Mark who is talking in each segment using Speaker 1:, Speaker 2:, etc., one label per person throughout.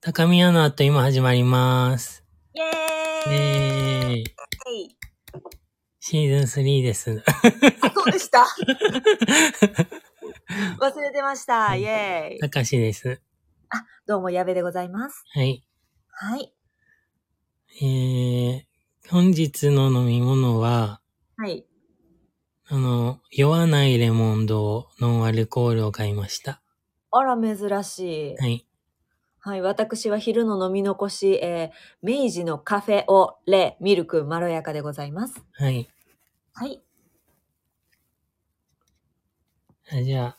Speaker 1: 高宮の後今始まります。
Speaker 2: イエ
Speaker 1: え
Speaker 2: ー
Speaker 1: ーイ。
Speaker 2: イ、
Speaker 1: シーズン3です。
Speaker 2: あそうでした忘れてました。イエーイ
Speaker 1: たかしです。
Speaker 2: どうも、矢部でございます。
Speaker 1: はい。
Speaker 2: はい。
Speaker 1: えー、本日の飲み物は、
Speaker 2: はい。
Speaker 1: あの、酔わないレモンドノンアルコールを買いました。
Speaker 2: あら、珍しい。
Speaker 1: はい。
Speaker 2: はい。私は昼の飲み残し、えー、明治のカフェオレミルクまろやかでございます。
Speaker 1: はい。
Speaker 2: はい。
Speaker 1: あじゃあ、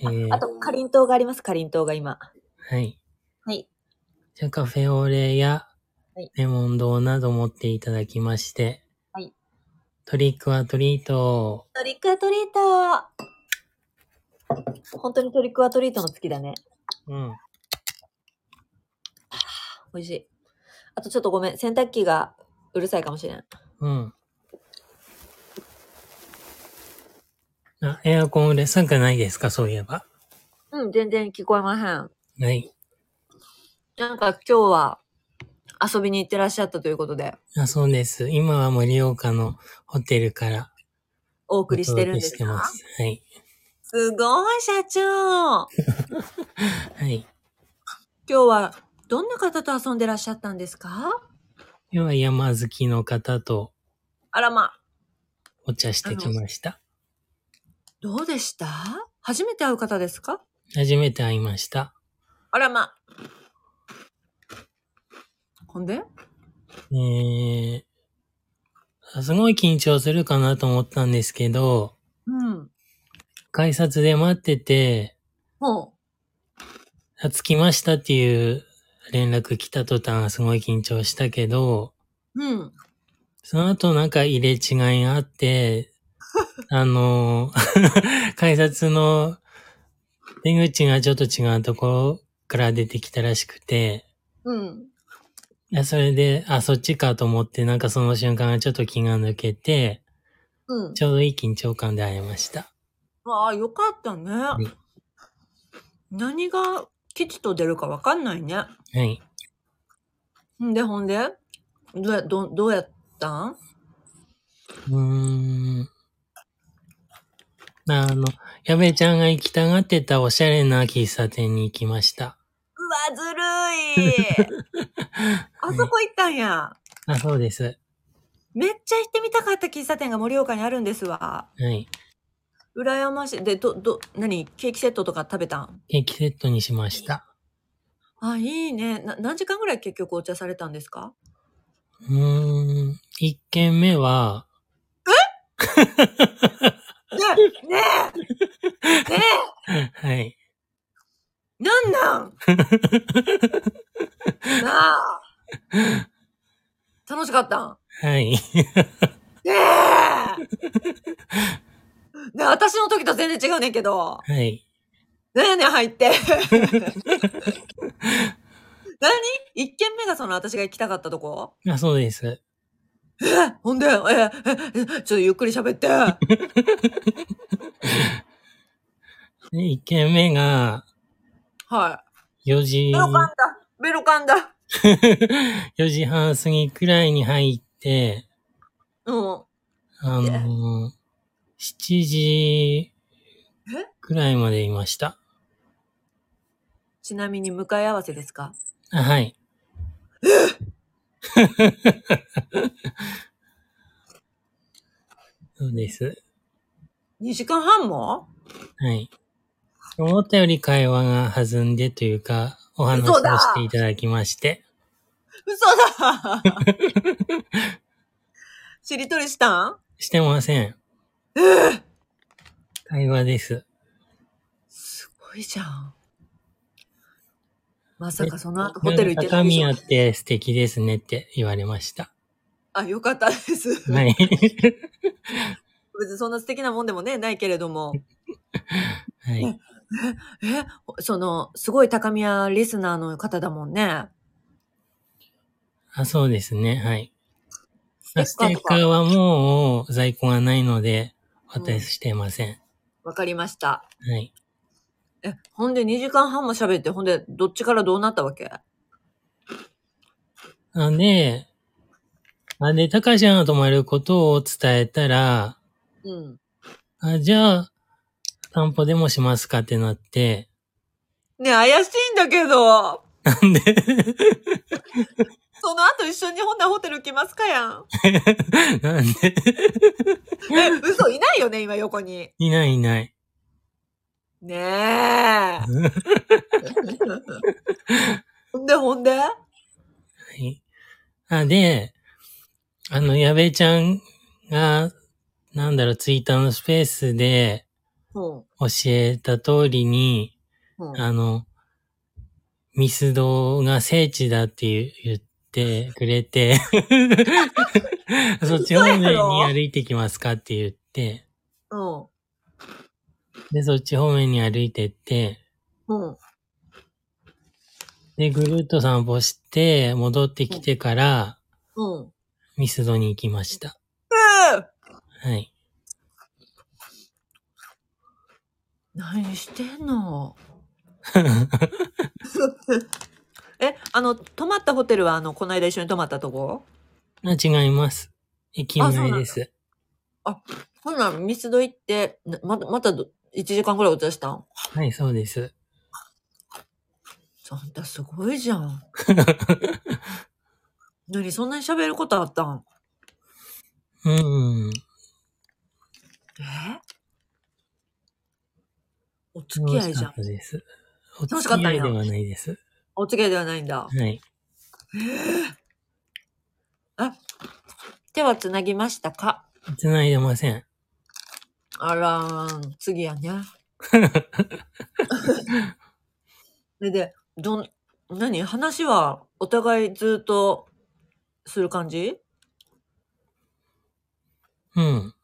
Speaker 1: えー
Speaker 2: あ、と、かりんとうがあります。かりんとうが今。
Speaker 1: はい。
Speaker 2: はい。
Speaker 1: じゃあカフェオレや
Speaker 2: はい
Speaker 1: レモンドなど持っていただきまして、
Speaker 2: はい
Speaker 1: トリックはトリートを
Speaker 2: トリックアトリート本当にトリックアトリートの月だね。
Speaker 1: うん。
Speaker 2: 美味しい。あとちょっとごめん。洗濯機がうるさいかもしれん。
Speaker 1: うん。あ、エアコンうるさくないですかそういえば。
Speaker 2: うん、全然聞こえません。
Speaker 1: はい。
Speaker 2: なんか今日は遊びに行ってらっしゃったということで、
Speaker 1: あ、そうです。今は盛岡のホテルから
Speaker 2: お
Speaker 1: お
Speaker 2: 送りしてるんです
Speaker 1: してま
Speaker 2: か
Speaker 1: す。はい。
Speaker 2: すごい、社長
Speaker 1: は い。
Speaker 2: 今日はどんな方と遊んでらっしゃったんですか
Speaker 1: 今日は山好きの方と
Speaker 2: あらま、
Speaker 1: お茶してきました。
Speaker 2: どうでした初めて会う方ですか
Speaker 1: 初めて会いました。
Speaker 2: あらま。ほんで
Speaker 1: えー、すごい緊張するかなと思ったんですけど、
Speaker 2: うん。
Speaker 1: 改札で待ってて、
Speaker 2: も
Speaker 1: あ着きましたっていう連絡来た途端すごい緊張したけど、
Speaker 2: う、うん。
Speaker 1: その後なんか入れ違いがあって、あの ー改札の出口がちょっと違うところから出てきたらしくて、
Speaker 2: うん。
Speaker 1: いやそれで、あ、そっちかと思って、なんかその瞬間がちょっと気が抜けて、
Speaker 2: うん。
Speaker 1: ちょうどいい緊張感で会えました。
Speaker 2: ああ、よかったね。
Speaker 1: い
Speaker 2: 何が吉と出るかわかんないね。
Speaker 1: はい。
Speaker 2: んで、ほんでどうや、ど、どうやったん
Speaker 1: うーん。あの、矢部ちゃんが行きたがってたおしゃれな喫茶店に行きました。
Speaker 2: うわ、ずるいあそこ行ったんや。
Speaker 1: あ、そうです。
Speaker 2: めっちゃ行ってみたかった喫茶店が盛岡にあるんですわ。
Speaker 1: はい。
Speaker 2: 羨ましい。で、ど、ど、何ケーキセットとか食べたん
Speaker 1: ケーキセットにしました。
Speaker 2: あ、いいね。な、何時間ぐらい結局お茶されたんですか
Speaker 1: うーん、一軒目は、
Speaker 2: ねえねえね
Speaker 1: はい。
Speaker 2: えなんなんなあ楽しかったん
Speaker 1: はい。
Speaker 2: ねえねえ私の時と全然違うねんけど。
Speaker 1: はい。
Speaker 2: 何やねん入 って。何一軒目がその私が行きたかったとこ
Speaker 1: あ、そうです。
Speaker 2: えほんで、え、え、え、ちょっとゆっくり喋って。う
Speaker 1: で一軒目が、
Speaker 2: んは
Speaker 1: 4時
Speaker 2: い。ベ、ロカンだ。ベロカンだ。
Speaker 1: 4時半過ぎくらいに入って、
Speaker 2: うん。
Speaker 1: あのー、7時くらいまでいました。
Speaker 2: ちなみに向かい合わせですか
Speaker 1: あはい。 そうです。
Speaker 2: ?2 時間半も
Speaker 1: はい。思ったより会話が弾んでというか、お話を
Speaker 2: 嘘だ
Speaker 1: していただきまして。
Speaker 2: 嘘 だしりとりしたん
Speaker 1: してません。会話です。
Speaker 2: すごいじゃん。まさかその後ホテル行って
Speaker 1: 高
Speaker 2: んでしょ
Speaker 1: 宮って素敵ですねって言われました。
Speaker 2: あ、よかったです。
Speaker 1: はい。
Speaker 2: 別にそんな素敵なもんでもね、ないけれども。
Speaker 1: はい。
Speaker 2: え、その、すごい高宮リスナーの方だもんね。
Speaker 1: あ、そうですね。はい。あス
Speaker 2: ステ
Speaker 1: テ
Speaker 2: ッ
Speaker 1: ッ
Speaker 2: カーとか
Speaker 1: カーはもう在庫がないので、渡してません。
Speaker 2: わかりました。
Speaker 1: はい。
Speaker 2: え、ほんで2時間半も喋って、ほんで、どっちからどうなったわけ
Speaker 1: あで、あで、高橋アナともやることを伝えたら、
Speaker 2: うん。
Speaker 1: あじゃあ、散歩でもしますかってなって、
Speaker 2: ねえ怪しいんだけど、
Speaker 1: なんで、
Speaker 2: その後一緒にほんならホテル来ますかやん。
Speaker 1: なんで、
Speaker 2: え、嘘いないよね、今横に。
Speaker 1: いないいない。
Speaker 2: ねえ。ほんでほんで
Speaker 1: はい。あ、で、あの、矢部ちゃんが、なんだろう、ツイッターのスペースで
Speaker 2: うん。
Speaker 1: 教えた通りに、
Speaker 2: うん
Speaker 1: あの、ミスドが聖地だっていう言ってくれ て、そっち方面に歩いてきますかって言って、
Speaker 2: うん。
Speaker 1: で、そっち方面に歩いてって、
Speaker 2: うん。
Speaker 1: で、ぐるっと散歩して、戻ってきてから、
Speaker 2: うん。
Speaker 1: ミスドに行きました。
Speaker 2: え
Speaker 1: はい。
Speaker 2: 何してんのえ、あの、泊まったホテルは、あの、この間一緒に泊まったとこ
Speaker 1: あ違います。駅前です。
Speaker 2: ほんなら、ミスド行って、なまた、またど、1時間ぐらいお茶したん
Speaker 1: はい、そうです。
Speaker 2: そんたすごいじゃ ん。何そんなに喋ることあったん
Speaker 1: うん。
Speaker 2: えお付き合いじゃん
Speaker 1: 楽しかっ。たです。お
Speaker 2: 楽し
Speaker 1: 付
Speaker 2: かった
Speaker 1: き合い
Speaker 2: んや
Speaker 1: ではないです。
Speaker 2: お付き合いではないんだ。
Speaker 1: はい。
Speaker 2: 手はつなぎましたか
Speaker 1: 繋いでません。
Speaker 2: あらーん、次やね。 それで、どん、何話はお互いずっとする感じ
Speaker 1: うん。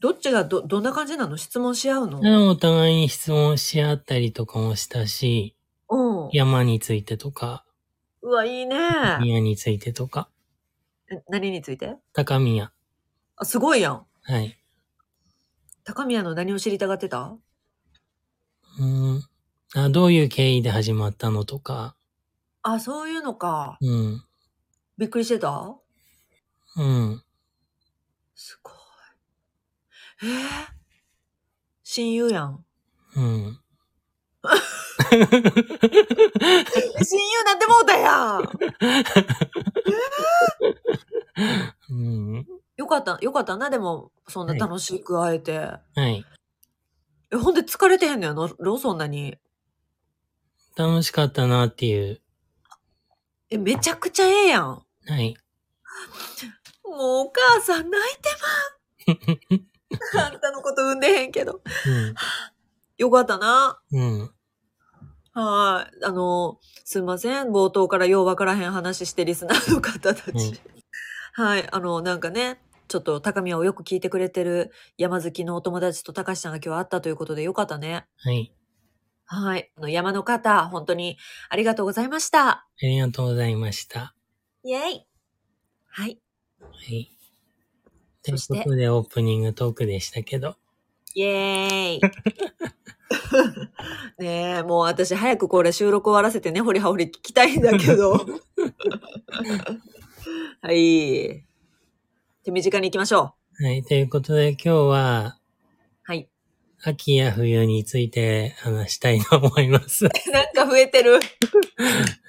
Speaker 2: どっちがど、どんな感じなの質問し合うの
Speaker 1: でもお互いに質問し合ったりとかもしたし、
Speaker 2: うん。
Speaker 1: 山についてとか、
Speaker 2: うわ、いいね。
Speaker 1: 宮についてとか、
Speaker 2: え何について
Speaker 1: 高宮。
Speaker 2: あ、すごいやん。
Speaker 1: はい。
Speaker 2: 高宮の何を知りたがってた
Speaker 1: うん。あ、どういう経緯で始まったのとか、
Speaker 2: あ、そういうのか。
Speaker 1: うん。
Speaker 2: びっくりしてた
Speaker 1: うん。
Speaker 2: すごい。えー、親友やん。
Speaker 1: うん。
Speaker 2: 親友なってもうたや
Speaker 1: う
Speaker 2: ん
Speaker 1: ん。
Speaker 2: よかった、よかったな、でも、そんな楽しく会えて。
Speaker 1: はい。
Speaker 2: え、ほんで疲れてへんのやろそんなに。
Speaker 1: 楽しかったなっていう。
Speaker 2: え、めちゃくちゃええやん。
Speaker 1: はい。
Speaker 2: もうお母さん泣いて まん。あんたのこと産んでへんけど。よかったな。
Speaker 1: うん。うん。
Speaker 2: はい。あの、すいません。冒頭からようわからへん話してリスナーの方た
Speaker 1: うん
Speaker 2: ち。はい。あの、なんかね、ちょっと高宮をよく聞いてくれてる山好きのお友達と高橋さんが今日会ったということでよかったね。
Speaker 1: はい。
Speaker 2: はい。あの山の方、本当にありがとうございました。
Speaker 1: ありがとうございました。
Speaker 2: イェイはい。
Speaker 1: はい。とい
Speaker 2: そうして
Speaker 1: ことで、オープニングトークでしたけど。
Speaker 2: イェーイ ねえ、もう私早くこれ収録終わらせてね、ほりはほり聞きたいんだけ ど。はい。手短に行きましょ
Speaker 1: はい。ということで、今日は、
Speaker 2: う。はい。
Speaker 1: 秋や冬について話したいと思い ます。
Speaker 2: なんか増えてる。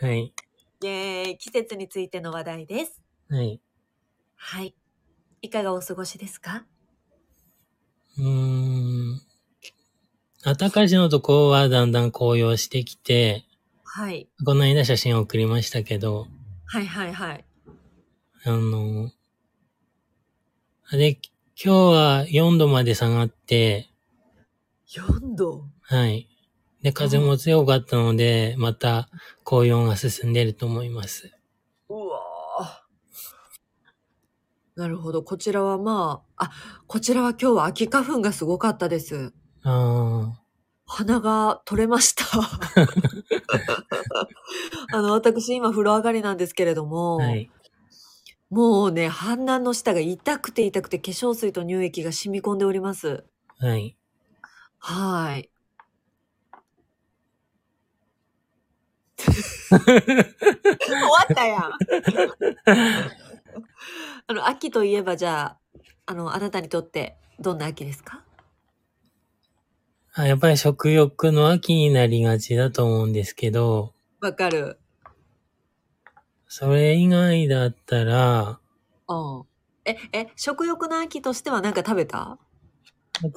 Speaker 1: はい。
Speaker 2: イェーイ季節についての話題です。
Speaker 1: はい。
Speaker 2: はい。いかがお過ごしですか
Speaker 1: うーん。あたかしのとこはだんだん紅葉してきて、
Speaker 2: はい。
Speaker 1: この間写真を送りましたけど、
Speaker 2: はいはいはい。
Speaker 1: あの、あれ、今日は4度まで下がって、
Speaker 2: 4度。
Speaker 1: はい。で、風も強かったので、また紅葉が進んでると思います。
Speaker 2: うわーなるほど。こちらはまあ、あ、こちらは今日は秋花粉がすごかったです。
Speaker 1: あ
Speaker 2: 鼻が取れ ました。あの、私今風呂上がりなんですけれど
Speaker 1: あ、
Speaker 2: も、
Speaker 1: はい。
Speaker 2: もうね、鼻の下が痛くて痛くて化粧水と乳液が染み込んでおります。
Speaker 1: はい。
Speaker 2: はい。終わったやん。あの、秋といえばじゃあ、あの、あなたにとってどんな秋ですか
Speaker 1: あやっぱり食欲の秋になりがちだと思うんですけど、
Speaker 2: わかる。
Speaker 1: それ以外だったら、
Speaker 2: うん。え、え、食欲の秋としてはなんか食べた
Speaker 1: 今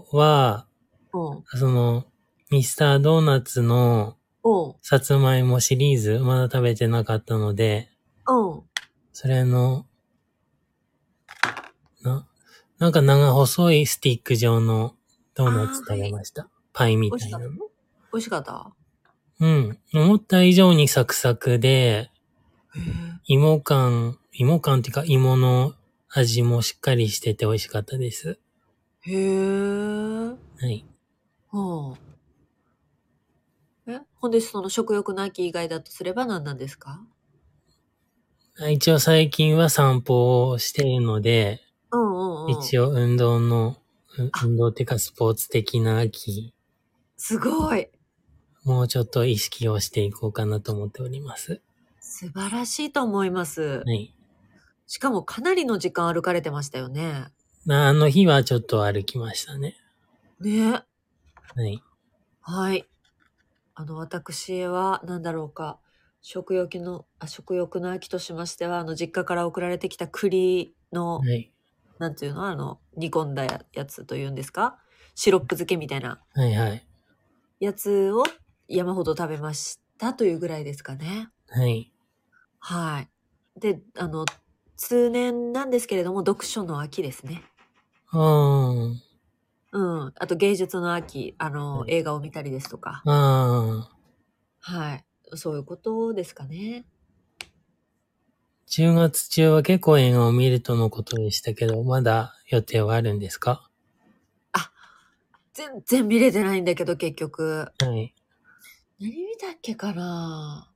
Speaker 1: 日は、
Speaker 2: うん。
Speaker 1: その、ミスタードーナツの
Speaker 2: うん。
Speaker 1: さつまいもシリーズ、まだ食べてなかったので、
Speaker 2: うん。
Speaker 1: それの、な、なんか長細いスティック状のドーナツ食べました。パイみ
Speaker 2: 美味
Speaker 1: た
Speaker 2: し
Speaker 1: い
Speaker 2: か
Speaker 1: な
Speaker 2: った。美味しかった
Speaker 1: うん。思った以上にサクサクで、
Speaker 2: へえ
Speaker 1: 芋感、芋感っていうか芋の味もしっかりしてて美味しかったです。
Speaker 2: へえ。
Speaker 1: はい。
Speaker 2: うん。え、ほんでその食欲の秋以外だとすれば何なんですか
Speaker 1: あ一応最近は散歩をしているので、
Speaker 2: うんうんうん。
Speaker 1: 一応運動の、う
Speaker 2: あ
Speaker 1: 運動っていうかスポーツ的な秋、
Speaker 2: すごい。
Speaker 1: もうちょっと意識をしていこうかなと思っております。
Speaker 2: 素晴らしいと思います。
Speaker 1: はい。
Speaker 2: しかもかなりの時間歩かれてましたよね。
Speaker 1: まああの日はちょっと歩きましたね。
Speaker 2: ね。
Speaker 1: はい。
Speaker 2: はい。あの、私は何だろうか。食欲の、あ食欲の秋としましては、あの、実家から送られてきた栗の、
Speaker 1: はい。
Speaker 2: なんていうのあの、煮込んだややつというんですかシロップ漬けみたいな
Speaker 1: はいはい。
Speaker 2: やつを山ほど食べましたというぐらいですかね。
Speaker 1: はい。
Speaker 2: はい。で、あの、通年なんですけれども、読書の秋ですね。
Speaker 1: あー
Speaker 2: うん。あと芸術の秋、あの
Speaker 1: は、い
Speaker 2: 映画を見たりですとか。
Speaker 1: あー。
Speaker 2: はい。そういうことですかね。
Speaker 1: 10月中は結構映画を見るとのことでしたけど、まだ予定はあるんですか
Speaker 2: 全然見れてないんだけど、結局。
Speaker 1: はい。
Speaker 2: 何見たっけかな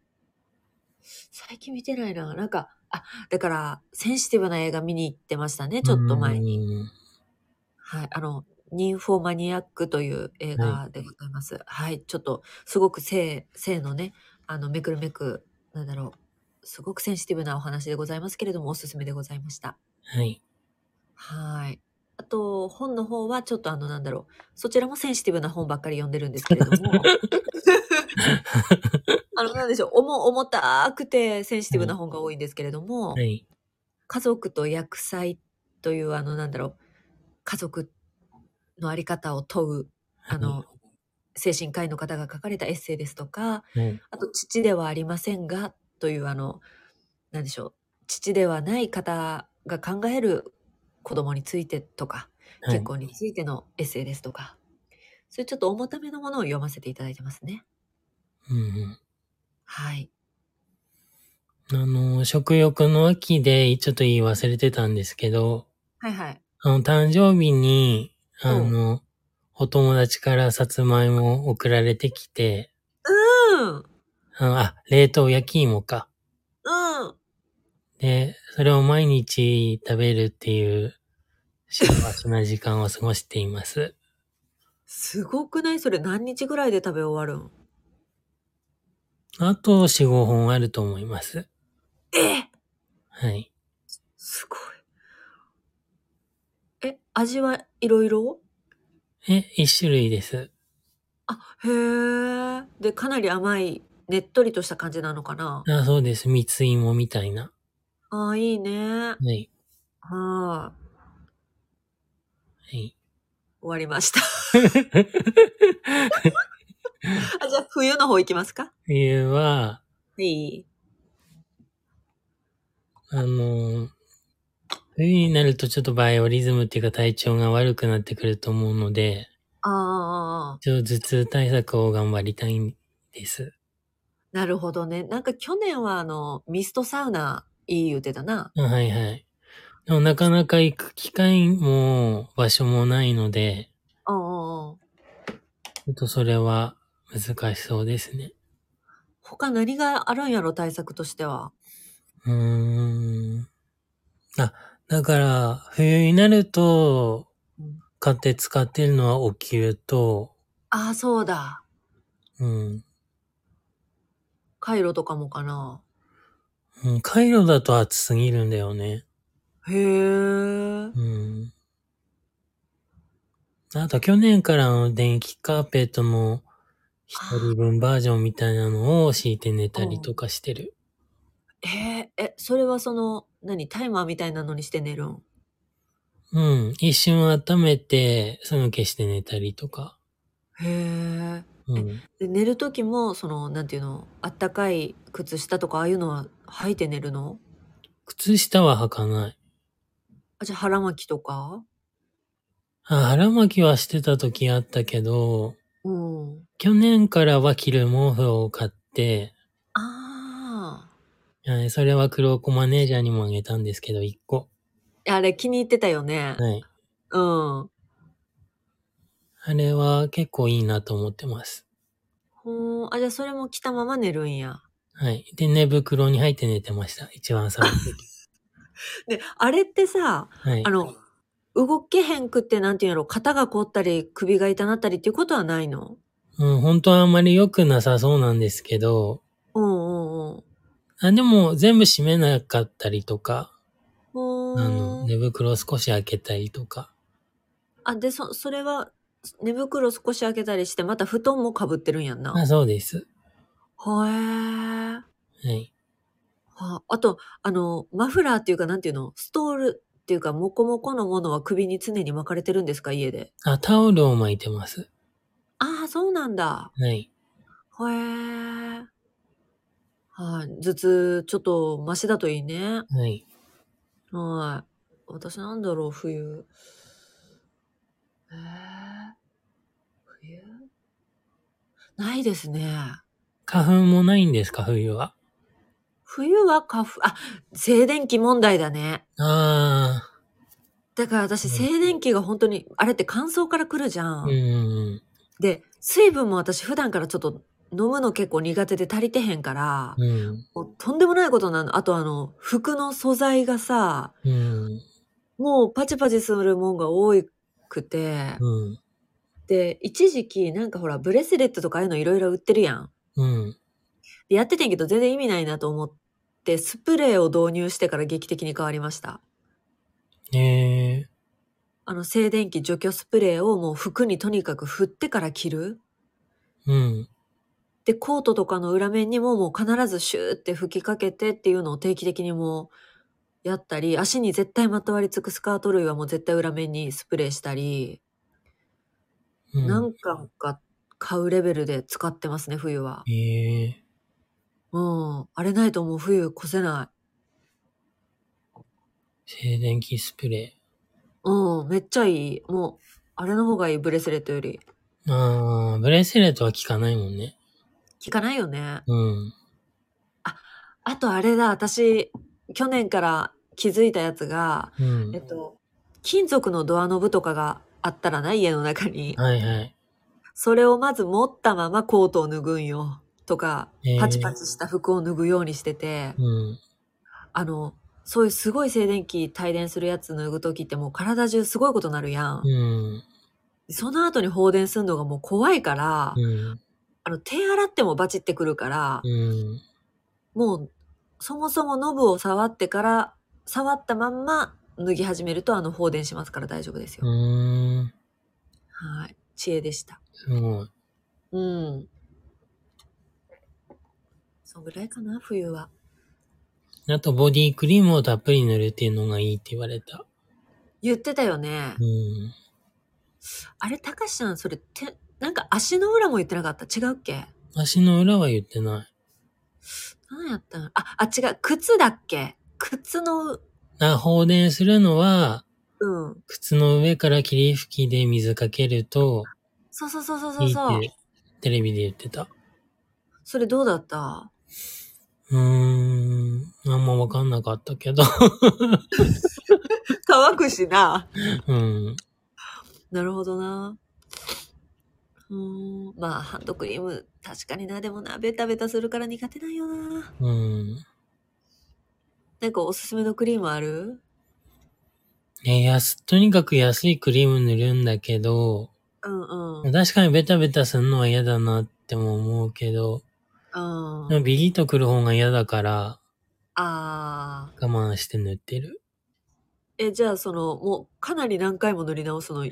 Speaker 2: 最近見てないな。なんか、あ、だから、センシティブな映画見に行ってましたね、ちょっと前に。
Speaker 1: に。
Speaker 2: はい。あの、ニンフォマニアックという映画でございます。はい。ちょっと、すごく性、性のね、あの、めくるめく、なんだろう。すごくセンシティブなお話でございますけれども、おすすめでございました。
Speaker 1: はい。
Speaker 2: はい。あと、本の方はちょっとあの、なんだろう。そちらもセンシティブな本ばっかり読んでるんです けれども。あの、なんでしょう。重、重たくてセンシティブな本が多いんですけれども、
Speaker 1: はい。
Speaker 2: 家族と薬剤という、あの、なんだろう。家族のあり方を問う、あの、精神科医の方が書かれたエッセイですと
Speaker 1: は
Speaker 2: か、
Speaker 1: い。
Speaker 2: あと、父ではありませんが、という、あの、なんでしょう。父ではない方が考える子供についてとか、
Speaker 1: はい。
Speaker 2: 結婚についてのエッセイですとか、そういうちょっと重ためのものを読ませていただいてますね。
Speaker 1: うんうん。
Speaker 2: はい。
Speaker 1: あの、食欲の秋でちょっと言い忘れてたんですけど、
Speaker 2: はいはい。
Speaker 1: あの、誕生日に、あ
Speaker 2: うん
Speaker 1: の、お友達からさつまいも送られてきて、
Speaker 2: うん。うん。
Speaker 1: あのあ、冷凍焼き芋か。で、それを毎日食べるっていう幸せな時間を過ごしています。
Speaker 2: すごくないそれ何日ぐらいで食べ終わるん
Speaker 1: あと4、5本あると思います。
Speaker 2: え
Speaker 1: はい。
Speaker 2: すごい。え、味はいろいろ
Speaker 1: え、1種類です。
Speaker 2: あ、へえ。で、かなり甘い、ねっとりとした感じなのかな
Speaker 1: あ、そうです。三つ芋みたいな。
Speaker 2: ああ、いいね。
Speaker 1: はい。は
Speaker 2: はい。
Speaker 1: い。
Speaker 2: 終わりました。あじゃあ、冬の方行きますか
Speaker 1: 冬は、
Speaker 2: はい。
Speaker 1: あのー冬になるとちょっとバイオリズムっていうか体調が悪くなってくると思うので、
Speaker 2: ああ。
Speaker 1: ちょっと頭痛対策を頑張りたいんです。
Speaker 2: なるほどね。なんか去年はあの、ミストサウナ、いい言うてたな。
Speaker 1: あはいはい。でもなかなか行く機会も場所もないので、
Speaker 2: うんうんうん。
Speaker 1: ちょっとそれは難しそうですね。
Speaker 2: 他何があるんやろ、対策としては。
Speaker 1: うーん。あ、だから、冬になると
Speaker 2: うん、
Speaker 1: 買って使ってるのはお灸と、
Speaker 2: ああ、そうだ。
Speaker 1: うん。
Speaker 2: カイロとかもかな。
Speaker 1: うん、カイロだと暑すぎるんだよね。
Speaker 2: へえ。
Speaker 1: うん。あと去年からの電気カーペットの一人分バージョンみたいなのを敷いて寝たりとかしてる。
Speaker 2: へえ、え、それはその、何、タイマーみたいなのにして寝るん
Speaker 1: うん。一瞬温めて、すぐ消して寝たりとか。
Speaker 2: へえ。
Speaker 1: うん。
Speaker 2: で寝る時も、その、なんていうの、あったかい靴下とか、ああいうのは履いて寝るの
Speaker 1: 靴下は履かない。
Speaker 2: あ、じゃあ腹巻きとか
Speaker 1: あ腹巻きはしてた時あったけど、
Speaker 2: うん。
Speaker 1: 去年からは着る毛布を買って、
Speaker 2: あ
Speaker 1: えーそれは黒子マネージャーにもあげたんですけど、1個。
Speaker 2: あ。あれ気に入ってたよね。
Speaker 1: はい。
Speaker 2: うん。
Speaker 1: あれは結構いいなと思ってます。
Speaker 2: ほーん。あ、じゃあそれも着たまま寝るんや。
Speaker 1: はい。で、寝袋に入って寝てました。一番寒い 時。
Speaker 2: で、あれってさ、
Speaker 1: はい
Speaker 2: あ。の、動けへんくって、なんていうんやろ、肩が凝ったり、首が痛なったりっていうことはないの
Speaker 1: うん、本当はあんまり良くなさそうなんですけど、
Speaker 2: うんうんうん。
Speaker 1: あでも全部閉めなかったりとか、
Speaker 2: ほ
Speaker 1: あの、
Speaker 2: ーん。
Speaker 1: 寝袋少し開けたりとか。
Speaker 2: あ、で、そ、それは、寝袋少し開けたりして、また布団も被ってるんやんな。
Speaker 1: あ、そうです。
Speaker 2: はえー。
Speaker 1: はい。
Speaker 2: ああと、あの、マフラーっていうか、なんていうの、ストールっていうか、もこもこのものは首に常に巻かれてるんですか、家で。
Speaker 1: あ、タオルを巻いてます。
Speaker 2: ああ、そうなんだ。
Speaker 1: はい。
Speaker 2: へえ。はい。頭痛、ちょっと、マシだといいね。
Speaker 1: はい。
Speaker 2: はい。私なんだろう、冬。えー、冬ないですね。
Speaker 1: 花粉もないんですか、冬は。
Speaker 2: 冬は花粉、あ、静電気問題だね。
Speaker 1: あ
Speaker 2: だから私、
Speaker 1: うん
Speaker 2: 静電気が本当に、あれって乾燥から来るじゃ
Speaker 1: あ、
Speaker 2: ん。
Speaker 1: うんうん
Speaker 2: で、水分も私普段からちょっと飲むの結構苦手で足りてへんから、
Speaker 1: うん、うん、
Speaker 2: もうとんでもないことなの。あとあの、服の素材がさ、
Speaker 1: うん、
Speaker 2: もうパチパチするもんが多くて、
Speaker 1: うん、
Speaker 2: で、一時期なんかほら、ブレスレットとかああいうのいろいろ売ってるやん。
Speaker 1: うん。
Speaker 2: でやっててんけど全然意味ないなと思って、スプレーを導入してから劇的に変わりました。
Speaker 1: ええ
Speaker 2: あの、静電気除去スプレーをもう服にとにかく振ってから着る。
Speaker 1: うん、
Speaker 2: で、コートとかの裏面にももう必ずシューって吹きかけてっていうのを定期的にもうやったり、足に絶対まとわりつくスカート類はもう絶対裏面にスプレーしたり、
Speaker 1: うん。
Speaker 2: 何巻か買うレベルで使ってますね、冬は。
Speaker 1: ええ
Speaker 2: うん。あれないともう冬越せない。
Speaker 1: 静電気スプレ
Speaker 2: うん、めっちゃいい。もう、あれの方がいい、ブレスレットより。
Speaker 1: ー。ああ、ブレスレットは効かないもんね。
Speaker 2: 効かないよね。
Speaker 1: うん。
Speaker 2: あとあれだ、私、去年から気づいたやつが、
Speaker 1: うん
Speaker 2: え。っと、金属のドアノブとかがあったらない家の中に。
Speaker 1: はいはい。
Speaker 2: それをまず持ったままコートを脱ぐんよ。とか
Speaker 1: へー、
Speaker 2: パチパチした服を脱ぐようにしてて、
Speaker 1: うん。
Speaker 2: あの、そういうすごい静電気帯電するやつ脱ぐときってもう体中すごいことなるやん。
Speaker 1: うん。
Speaker 2: その後に放電するのがもう怖いから、
Speaker 1: うん。
Speaker 2: あの、手洗ってもバチってくるから、
Speaker 1: うん。
Speaker 2: もう、そもそもノブを触ってから、触ったまんま脱ぎ始めるとあの放電しますから大丈夫ですよ。
Speaker 1: うーん。
Speaker 2: はい。知恵でした。
Speaker 1: すごい。
Speaker 2: うん。そんぐらいかな、冬は。
Speaker 1: あと、ボディクリームをたっぷり塗るっていうのがいいって言われた。
Speaker 2: 言ってたよね。
Speaker 1: うん。
Speaker 2: あれ、たかしちゃん、それって、なんか足の裏も言ってなかった。違うっけ
Speaker 1: 足の裏は言ってない。
Speaker 2: 何やったんあ、あ、違う。靴だっけ靴の、
Speaker 1: あ、放電するのは、
Speaker 2: うん。
Speaker 1: 靴の上から霧吹きで水かけると、
Speaker 2: そうそうそうそうそ
Speaker 1: いういっ
Speaker 2: そう。
Speaker 1: て、テレビで言ってた。
Speaker 2: それどうだった
Speaker 1: うーん。あんまわかんなかったけど。
Speaker 2: 乾くしな。
Speaker 1: うん。
Speaker 2: なるほどな。うーん。まあ、ハンドクリーム、確かにな。でもな、ベタベタするから苦手なんよな。
Speaker 1: うん。
Speaker 2: なんかおすすめのクリームある
Speaker 1: え、安、とにかく安いクリーム塗るんだけど、
Speaker 2: うんうん。
Speaker 1: 確かにベタベタするのは嫌だなっても思うけど、
Speaker 2: うん。
Speaker 1: でも
Speaker 2: あ
Speaker 1: ビリッとくる方が嫌だから、
Speaker 2: あー。
Speaker 1: 我慢して塗ってる。
Speaker 2: え、じゃあ、その、もう、かなり何回も塗り直すの、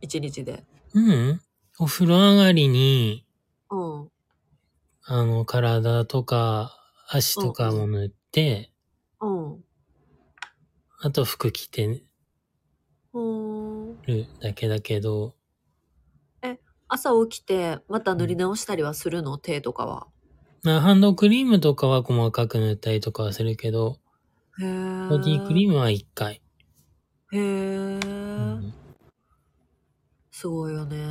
Speaker 2: 一日で。
Speaker 1: うん。お風呂上がりに、
Speaker 2: うん。
Speaker 1: あの、体とか、足とかも塗って、
Speaker 2: うん。
Speaker 1: あと服着て
Speaker 2: うん。
Speaker 1: るだけだけど、
Speaker 2: 朝起きて、また塗り直したりはするの手とかは。
Speaker 1: まあ、ハンドクリームとかは細かく塗ったりとかはするけど、
Speaker 2: へえ。
Speaker 1: ボディクリ
Speaker 2: ー
Speaker 1: ームは一回。う
Speaker 2: ムへえ。
Speaker 1: ん。
Speaker 2: すごいよね。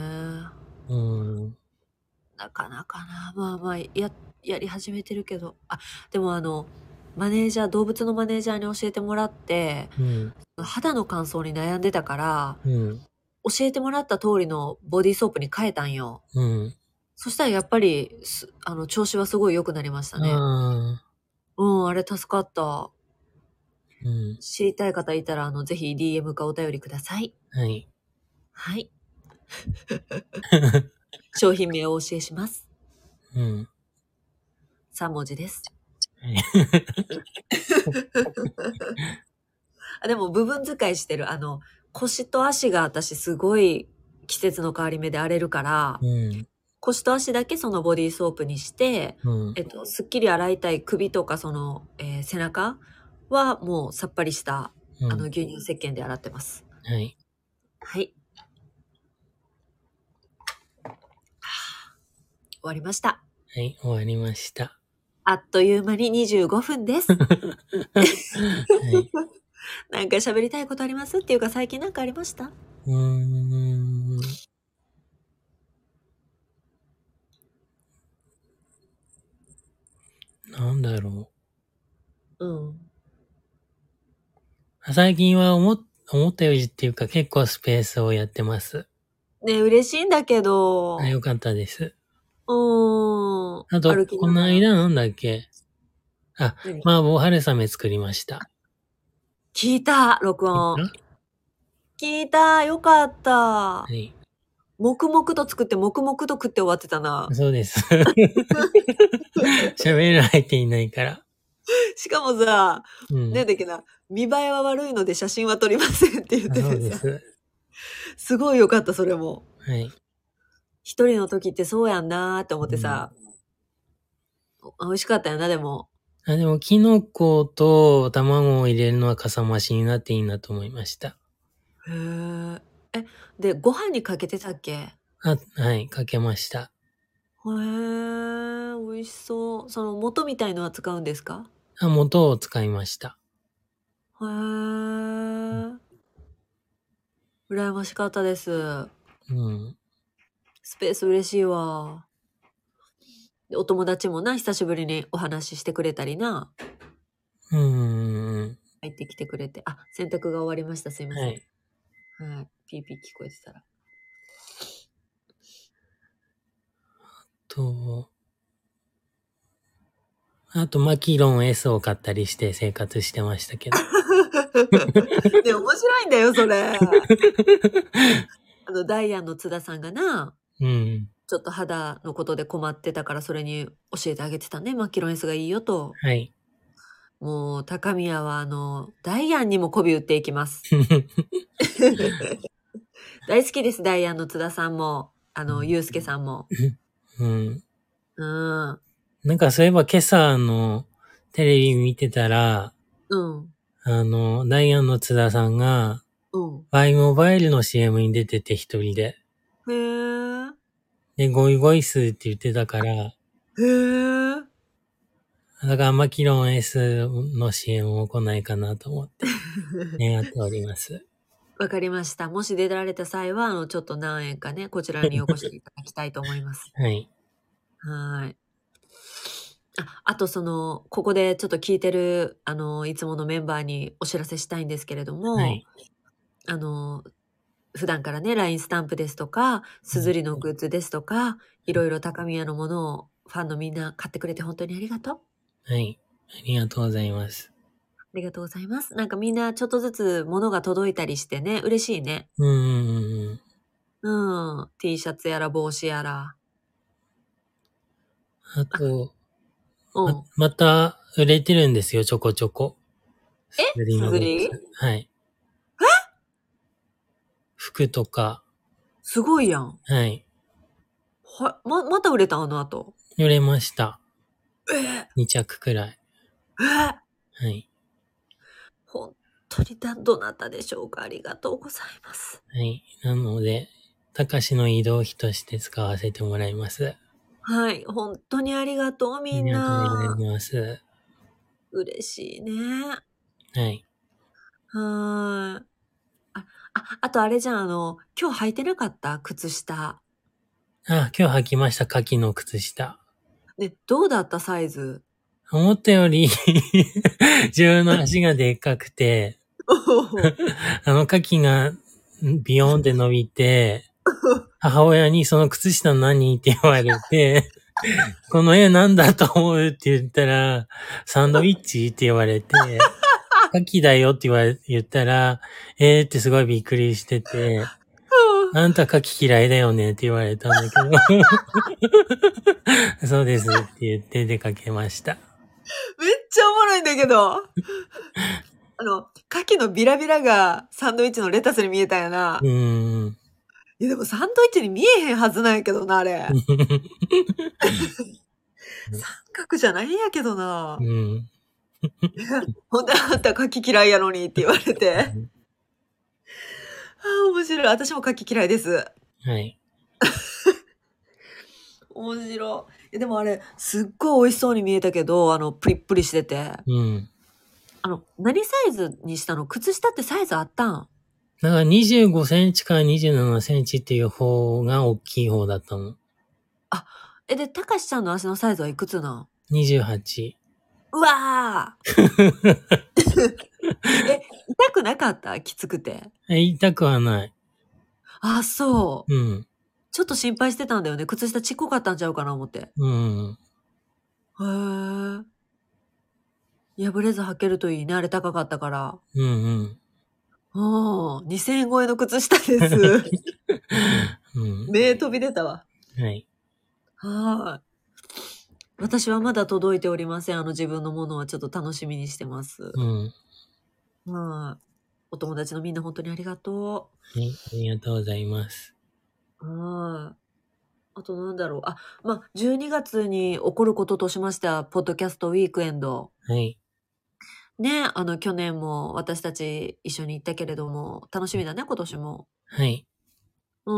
Speaker 1: うん。
Speaker 2: なかなかな。まあまあ、や、やり始めてるけど。あ、でもあの、マネージャー、動物のマネージャーに教えてもらって、
Speaker 1: うん。
Speaker 2: 肌の乾燥に悩んでたから、
Speaker 1: うん。
Speaker 2: 教えてもらった通りのボディーソープに変えたんよ。
Speaker 1: うん。
Speaker 2: そしたらやっぱり、すあの、調子はすごい良くなりましたね。
Speaker 1: ああ。
Speaker 2: うん、あれ助かった。
Speaker 1: うん。
Speaker 2: 知りたい方いたら、あの、ぜひ DM かお便りください。
Speaker 1: はい。
Speaker 2: はい。商品名をお教えします。
Speaker 1: うん。
Speaker 2: 3文字です
Speaker 1: はい。
Speaker 2: あでも部分使いしてる。あの、腰と足が私すごい季節の変わり目で荒れるから、
Speaker 1: うん。
Speaker 2: 腰と足だけそのボディーソープにして、
Speaker 1: うん
Speaker 2: え。っと、すっきり洗いたい首とかその、えー背中はもうさっぱりした、
Speaker 1: う
Speaker 2: あの、
Speaker 1: ん。
Speaker 2: 牛乳石鹸で洗ってます。
Speaker 1: はい。
Speaker 2: はい。はあ終わりました。
Speaker 1: はい。終わりました。
Speaker 2: あっという間に25分です。
Speaker 1: はい。
Speaker 2: なんか喋りたいことありますっていうか最近なんかありました
Speaker 1: うーん。なんだろ
Speaker 2: うん。
Speaker 1: う。最近は思っ思ったよりっていうか結構スペースをやってます。
Speaker 2: ねえ嬉しいんだけど。
Speaker 1: あよかったです。
Speaker 2: うーん。
Speaker 1: あと、
Speaker 2: 歩き
Speaker 1: こ
Speaker 2: なが
Speaker 1: の
Speaker 2: ら
Speaker 1: 間なんだっけ
Speaker 2: 何
Speaker 1: 麻婆春雨作りました。
Speaker 2: 聞いた、録
Speaker 1: う
Speaker 2: 音。
Speaker 1: ん
Speaker 2: 聞いた、よかった
Speaker 1: は。い。
Speaker 2: 黙々と作って、黙々と食って終わってたな。
Speaker 1: そう です。喋る相手いないから。
Speaker 2: しかもさ、
Speaker 1: うん。
Speaker 2: ねえだっけな、見栄えは悪いので写真は撮りませんって言っ
Speaker 1: あ
Speaker 2: て
Speaker 1: そう
Speaker 2: て
Speaker 1: で
Speaker 2: さ、
Speaker 1: す。
Speaker 2: すごいよかった、それも。
Speaker 1: はい。
Speaker 2: 一人の時ってそうやんなーって思ってさ、お美味しかったよな、でも。
Speaker 1: あでも、キノコと卵を入れるのはかさ増しになっていいなと思いました。
Speaker 2: へーえ、で、ご飯にかけてたっけへ
Speaker 1: あ、はい、かけました。
Speaker 2: ー美味しそう。その元みたいのは使うんですか
Speaker 1: あ、元を使いました。
Speaker 2: へー羨ましかったです。
Speaker 1: うん。
Speaker 2: スペース嬉しいわ。でお友達もな、久しぶりにお話ししてくれたりな。
Speaker 1: うーん。
Speaker 2: 入ってきてくれて。あ、洗濯が終わりました。すいません。
Speaker 1: は
Speaker 2: はいい。。ピーピー聞こえてたら。
Speaker 1: と、あと、マキロン S を買ったりして生活してましたけど。
Speaker 2: で、面白いんだよ、それ。 あの、ダイアンの津田さんがな、
Speaker 1: うん。
Speaker 2: ちょっと肌のことで困ってたから、それに教えてあげてたね。マキロン S がいいよと。
Speaker 1: はい。
Speaker 2: もう、高宮は、あの、ダイアンにも媚び売っていきます。大好きです、ダイアンの津田さんも、あの、ゆうすけさんも。
Speaker 1: うん。
Speaker 2: うん。
Speaker 1: なんかそういえば今朝のテレビ見てたら、
Speaker 2: うん。
Speaker 1: あの、ダイアンの津田さんが、
Speaker 2: うん。
Speaker 1: バイモバイルの CM に出てて一人で。
Speaker 2: へえ。
Speaker 1: で、ゴイゴイスーって言ってたから、
Speaker 2: へえ。
Speaker 1: だからマキロン S の CM を来ないかなと思って、願っております。
Speaker 2: わかりました。もし出られた際は、あの、ちょっと何円かね、こちらによこしていただきたいと思います。
Speaker 1: はい。
Speaker 2: はーい。あ、あとその、ここでちょっと聞いてる、あの、いつものメンバーにお知らせしたいんですけれども、
Speaker 1: はい。
Speaker 2: あの、普段からね、LINE スタンプですとか、すずりのグッズですとか、いろいろ高宮のものをファンのみんな買ってくれて本当にありがとう。
Speaker 1: はい。ありがとうございます。
Speaker 2: ありがとうございます。なんかみんなちょっとずつ物が届いたりしてね、嬉しいね。
Speaker 1: うーん。
Speaker 2: うん。T シャツやら帽子やら。
Speaker 1: あと、
Speaker 2: うん。
Speaker 1: また売れてるんですよ、ちょこちょこ。
Speaker 2: え
Speaker 1: スズリの
Speaker 2: スズリ
Speaker 1: はい。服とか、
Speaker 2: すごいやん。
Speaker 1: はい。
Speaker 2: は、ま、また売れたあの後。
Speaker 1: 売れました。
Speaker 2: えー、
Speaker 1: 2着くらい。
Speaker 2: えー、
Speaker 1: はい。
Speaker 2: 本当にだ、どなたでしょうかありがとうございます。
Speaker 1: はい。なので、たかしの移動費として使わせてもらいます。
Speaker 2: はい。本当にありがとう、み
Speaker 1: あ
Speaker 2: ん
Speaker 1: りがとうござ。い
Speaker 2: な
Speaker 1: ます。
Speaker 2: 嬉しいね。
Speaker 1: はい。
Speaker 2: はーい。あ、あ、あとあれじゃん、あの、今日履いてなかった靴下。
Speaker 1: あ、今日履きました、柿の靴下。
Speaker 2: ね、どうだったサイズ
Speaker 1: 思ったより、 自分の足がでっかくて、あの柿がんビヨーンって伸びて、母親にその靴下何って言われて、この絵なんだと思うって言ったら、サンドイッチって言われて、柿だよって言われ、言ったら、えーってすごいびっくりしてて、あんた柿嫌いだよねって言われたんだけど、そうですって言って出かけました。
Speaker 2: めっちゃおもろいんだけど。あの、牡蠣のビラビラがサンドイッチのレタスに見えたよな
Speaker 1: う。ーん。
Speaker 2: いやでもサンドイッチに見えへんはずなんやけどな、あれ。三角じゃないんやけどな
Speaker 1: う。ん。
Speaker 2: ほんであんた牡蠣嫌いやのにって言われて。あ あ、面白い。私も牡蠣嫌いです。
Speaker 1: はい。
Speaker 2: 面白いいや。でもあれ、すっごい美味しそうに見えたけど、あの、プリップリしてて。
Speaker 1: うん。
Speaker 2: あの、何サイズにしたの靴下ってサイズあったん
Speaker 1: だから25センチから27センチっていう方が大きい方だったの。
Speaker 2: え、で、たかしちゃんの足のサイズはいくつなん
Speaker 1: 28。
Speaker 2: うわーえ、痛くなかったきつくて。
Speaker 1: え痛くはない。
Speaker 2: あ、そう。
Speaker 1: うん。
Speaker 2: ちょっと心配してたんだよね。靴下ちっこかったんちゃうかな思って。へ
Speaker 1: うん。
Speaker 2: え。破れず履けるといいね。あれ高かったから。
Speaker 1: うんうん。
Speaker 2: うん。2000円超えの靴下です。
Speaker 1: うん。
Speaker 2: 目飛び出たわ。
Speaker 1: はい。
Speaker 2: はーい。私はまだ届いておりません。あの自分のものはちょっと楽しみにしてます。
Speaker 1: うん。
Speaker 2: はい。お友達のみんな本当にありがと
Speaker 1: はい。ありがとうございます。
Speaker 2: う。はい。あとなんだろう。あ、まあ、12月に起こることとしました、ポッドキャストウィークエンド。
Speaker 1: はい。
Speaker 2: ね、あの、去年も私たち一緒に行ったけれども、楽しみだね、今年も。
Speaker 1: はい。
Speaker 2: うー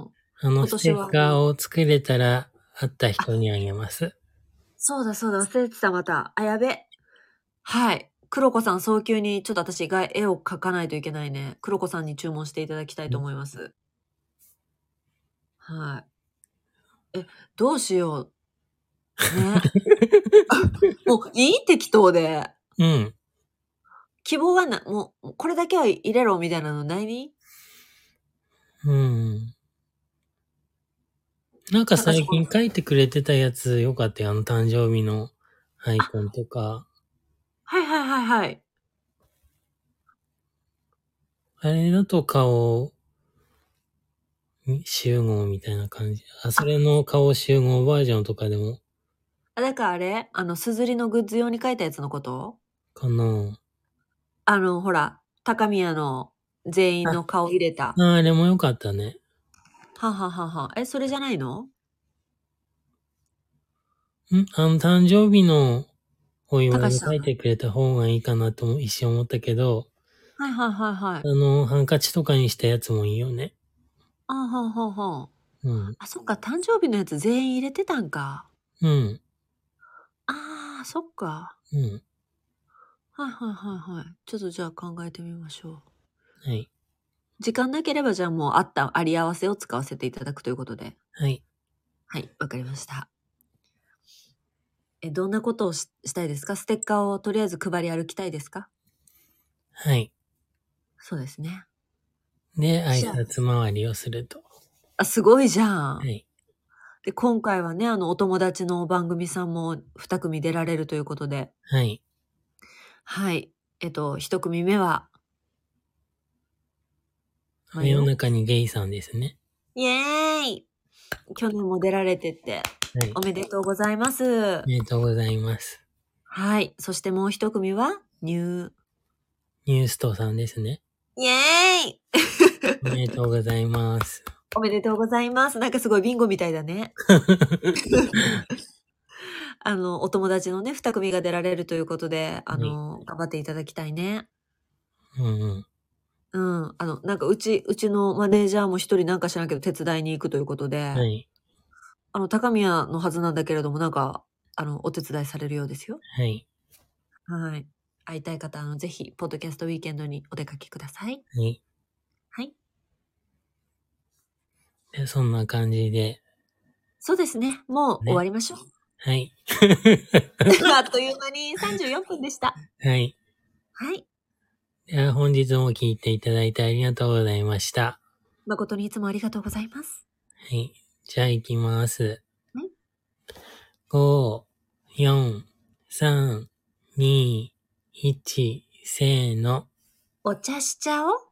Speaker 2: ん。
Speaker 1: あの、
Speaker 2: 今
Speaker 1: ス
Speaker 2: 年
Speaker 1: テ
Speaker 2: は
Speaker 1: ッカーを作れたら、会った人にあげます。
Speaker 2: そうだそうだ、忘れてた、また。あ、やべ。はい。黒子さん、早急に、ちょっと私が絵を描かないといけないね。黒子さんに注文していただきたいと思います。はい。え、どうしよう。ね。 あもう、いい適当で。
Speaker 1: うん。
Speaker 2: 希望はな、もう、これだけは入れろみたいなのない
Speaker 1: うん。なんか最近書いてくれてたやつよかったよ。あの誕生日のアイコンとか。
Speaker 2: はいはいはいはい。
Speaker 1: あれだと顔、み集合みたいな感じ。あ、それの顔集合バージョンとかでも、
Speaker 2: あ、だからあれあの、すずりのグッズ用に描いたやつのこと
Speaker 1: かな
Speaker 2: あの、ほら、高宮の全員の顔入れた。
Speaker 1: あ、あれも良かったね。
Speaker 2: はんはんはんはん。え、それじゃないの
Speaker 1: んあの、誕生日のお祝
Speaker 2: 高
Speaker 1: い
Speaker 2: 橋
Speaker 1: に
Speaker 2: さん
Speaker 1: 書いてくれた方がいいかなとも一瞬思ったけど、
Speaker 2: はいはいはいはい
Speaker 1: あ。の、ハンカチとかにしたやつもいいよね。
Speaker 2: あはんはんはん。
Speaker 1: うん。
Speaker 2: あ、そっか、誕生日のやつ全員入れてたんか。
Speaker 1: うん。
Speaker 2: ああ、そっか。
Speaker 1: うん。
Speaker 2: はいはいはいはい。ちょっとじゃあ考えてみましょう。
Speaker 1: はい。
Speaker 2: 時間なければじゃあもうあったあり合わせを使わせていただくということで。
Speaker 1: はい。
Speaker 2: はい、わかりました。え、どんなことをししたいですかステッカーをとりあえず配り歩きたいですか
Speaker 1: はい。
Speaker 2: そうですね。
Speaker 1: で、挨拶回りをすると。
Speaker 2: あ、すごいじゃん。
Speaker 1: はい。
Speaker 2: で、今回はね、あの、お友達の番組さんも2組出られるということで、
Speaker 1: はい。
Speaker 2: はい。えっと、1組目は、
Speaker 1: 真夜中にゲイさんですね。
Speaker 2: イエーイ去年も出られてて、
Speaker 1: はい
Speaker 2: お。めでとうございます
Speaker 1: お。めでとうございます。
Speaker 2: はい。そしてもう一組は、ニュー。
Speaker 1: ニューストさんですね。
Speaker 2: イエーイ
Speaker 1: おめでとうございます。
Speaker 2: おめでとうございます。なんかすごいビンゴみたい だね。あの、お友達のね、二組が出られるということで、あの、頑張っていただきたいね。
Speaker 1: うんうん。
Speaker 2: うん。あの、なんかうち、うちのマネージャーも一人なんか知らんけど手伝いに行くということで、
Speaker 1: はい。
Speaker 2: あの、高宮のはずなんだけれども、なんか、あの、お手伝いされるようですよ。
Speaker 1: はい。
Speaker 2: はい。会いたい方、あの、ぜひ、ポッドキャストウィーケンドにお出かけください。
Speaker 1: はい。
Speaker 2: はい。
Speaker 1: でそんな感じで。
Speaker 2: そうですね。もう
Speaker 1: ね
Speaker 2: 終わりましょう。
Speaker 1: はい。
Speaker 2: あっという間に34分でした。
Speaker 1: はい。
Speaker 2: はい。
Speaker 1: では本日も聞いていただいてありがとうございました。
Speaker 2: 誠にいつもありがとうございます。
Speaker 1: はい。じゃあ行きます
Speaker 2: はい。
Speaker 1: 5、4、3、2、1、せーの。
Speaker 2: お茶しちゃおう。